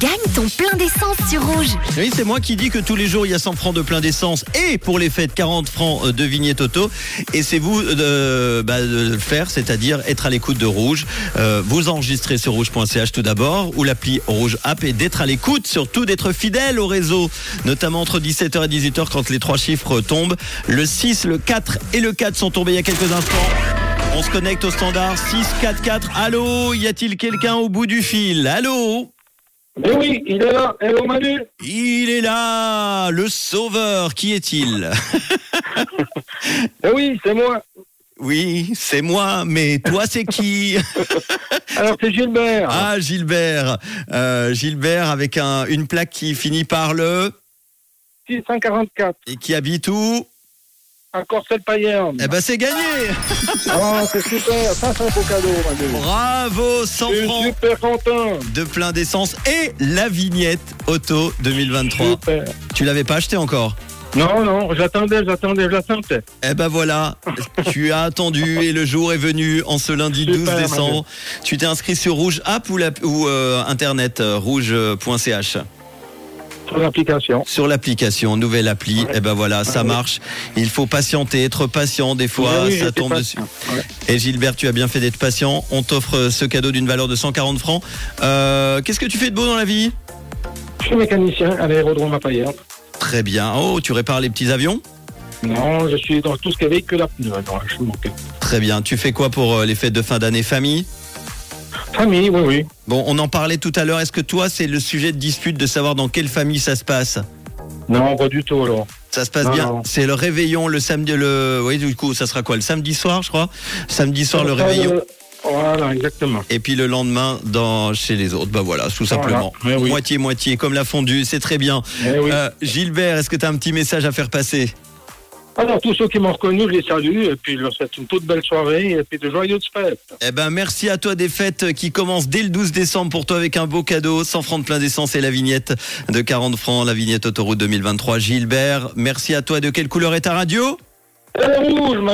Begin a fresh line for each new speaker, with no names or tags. Gagne ton plein d'essence sur rouge.
Oui, c'est moi qui dis que tous les jours il y a 100 francs de plein d'essence et pour les fêtes 40 francs euh, de vignette auto. Et c'est vous euh, de, bah, de le faire, c'est-à-dire être à l'écoute de Rouge. Euh, vous enregistrez sur rouge.ch tout d'abord ou l'appli Rouge App et d'être à l'écoute, surtout d'être fidèle au réseau, notamment entre 17h et 18h quand les trois chiffres tombent. Le 6, le 4 et le 4 sont tombés il y a quelques instants. On se connecte au standard 644. Allô, y a-t-il quelqu'un au bout du fil Allô
Mais Eh oui, il est là. Hello Manu.
Il est là, le sauveur, qui est-il
Eh oui, c'est moi.
Oui, c'est moi, mais toi c'est qui
Alors c'est Gilbert.
Ah Gilbert, Euh, Gilbert avec un- une plaque qui finit par le
644.
et qui habite où
Un corset de paillerne.
Eh ben c'est gagné
Ah, c'est super. Ça, c'est un beau cadeau, Manu.
Bravo, 100
Je suis
francs
super content.
de plein d'essence et la vignette auto 2023.
Super.
Tu l'avais pas acheté encore
Non, non, j'attendais, j'attendais, je la sentais.
Eh ben voilà, tu as attendu et le jour est venu en ce lundi 12
Super,
décembre. Tu t'es inscrit sur Rouge App ou, la- ou, euh, internet euh, rouge.ch
Sur l'application.
sur l'application, nouvelle appli. Eh ben voilà, ça marche. Il faut patienter, être patient des fois,
Eh Oui, oui,
ça
j'étais
tombe
pas-
dessus.
Ouais.
Et Gilbert, tu as bien fait d'être patient. On t'offre euh, ce cadeau d'une valeur de 140 francs. Euh, Qu'est-ce que tu fais de beau dans la vie
Je suis mécanicien à l'aérodrome à Payerne.
Très bien. Oh, tu répares les petits avions
Non, je suis dans tout ce qu'avec que la pneu. Non, je manque.
Très bien. Tu fais quoi pour euh, les fêtes de fin d'année famille
Famille, oui, oui.
Bon, on en parlait tout à l'heure. Est-ce que toi, c'est le sujet de dispute de savoir dans quelle famille ça se passe
Non, pas du tout, alors.
Ça se passe
Non,
bien.
non.
C'est le réveillon le samedi. Le oui, du coup, ça sera quoi Le samedi soir, je crois. Samedi soir, le réveillon.
euh, Voilà, exactement.
Et puis le lendemain, dans chez les autres. Bah voilà, tout simplement.
Voilà. Eh oui.
Moitié moitié, comme la fondue. C'est très bien.
Eh oui.
Euh, Gilbert, est-ce que tu as un petit message à faire passer
Alors, Ah tous ceux qui m'ont reconnu, je les salue, et puis je leur souhaite une toute belle soirée, et puis de joyeuses fêtes.
Eh ben, merci à toi des fêtes qui commencent dès le 12 décembre pour toi avec un beau cadeau, 100 francs de plein d'essence et la vignette de 40 francs, la vignette autoroute 2023. Gilbert, merci à toi. De quelle couleur est ta radio
Et rouge, ma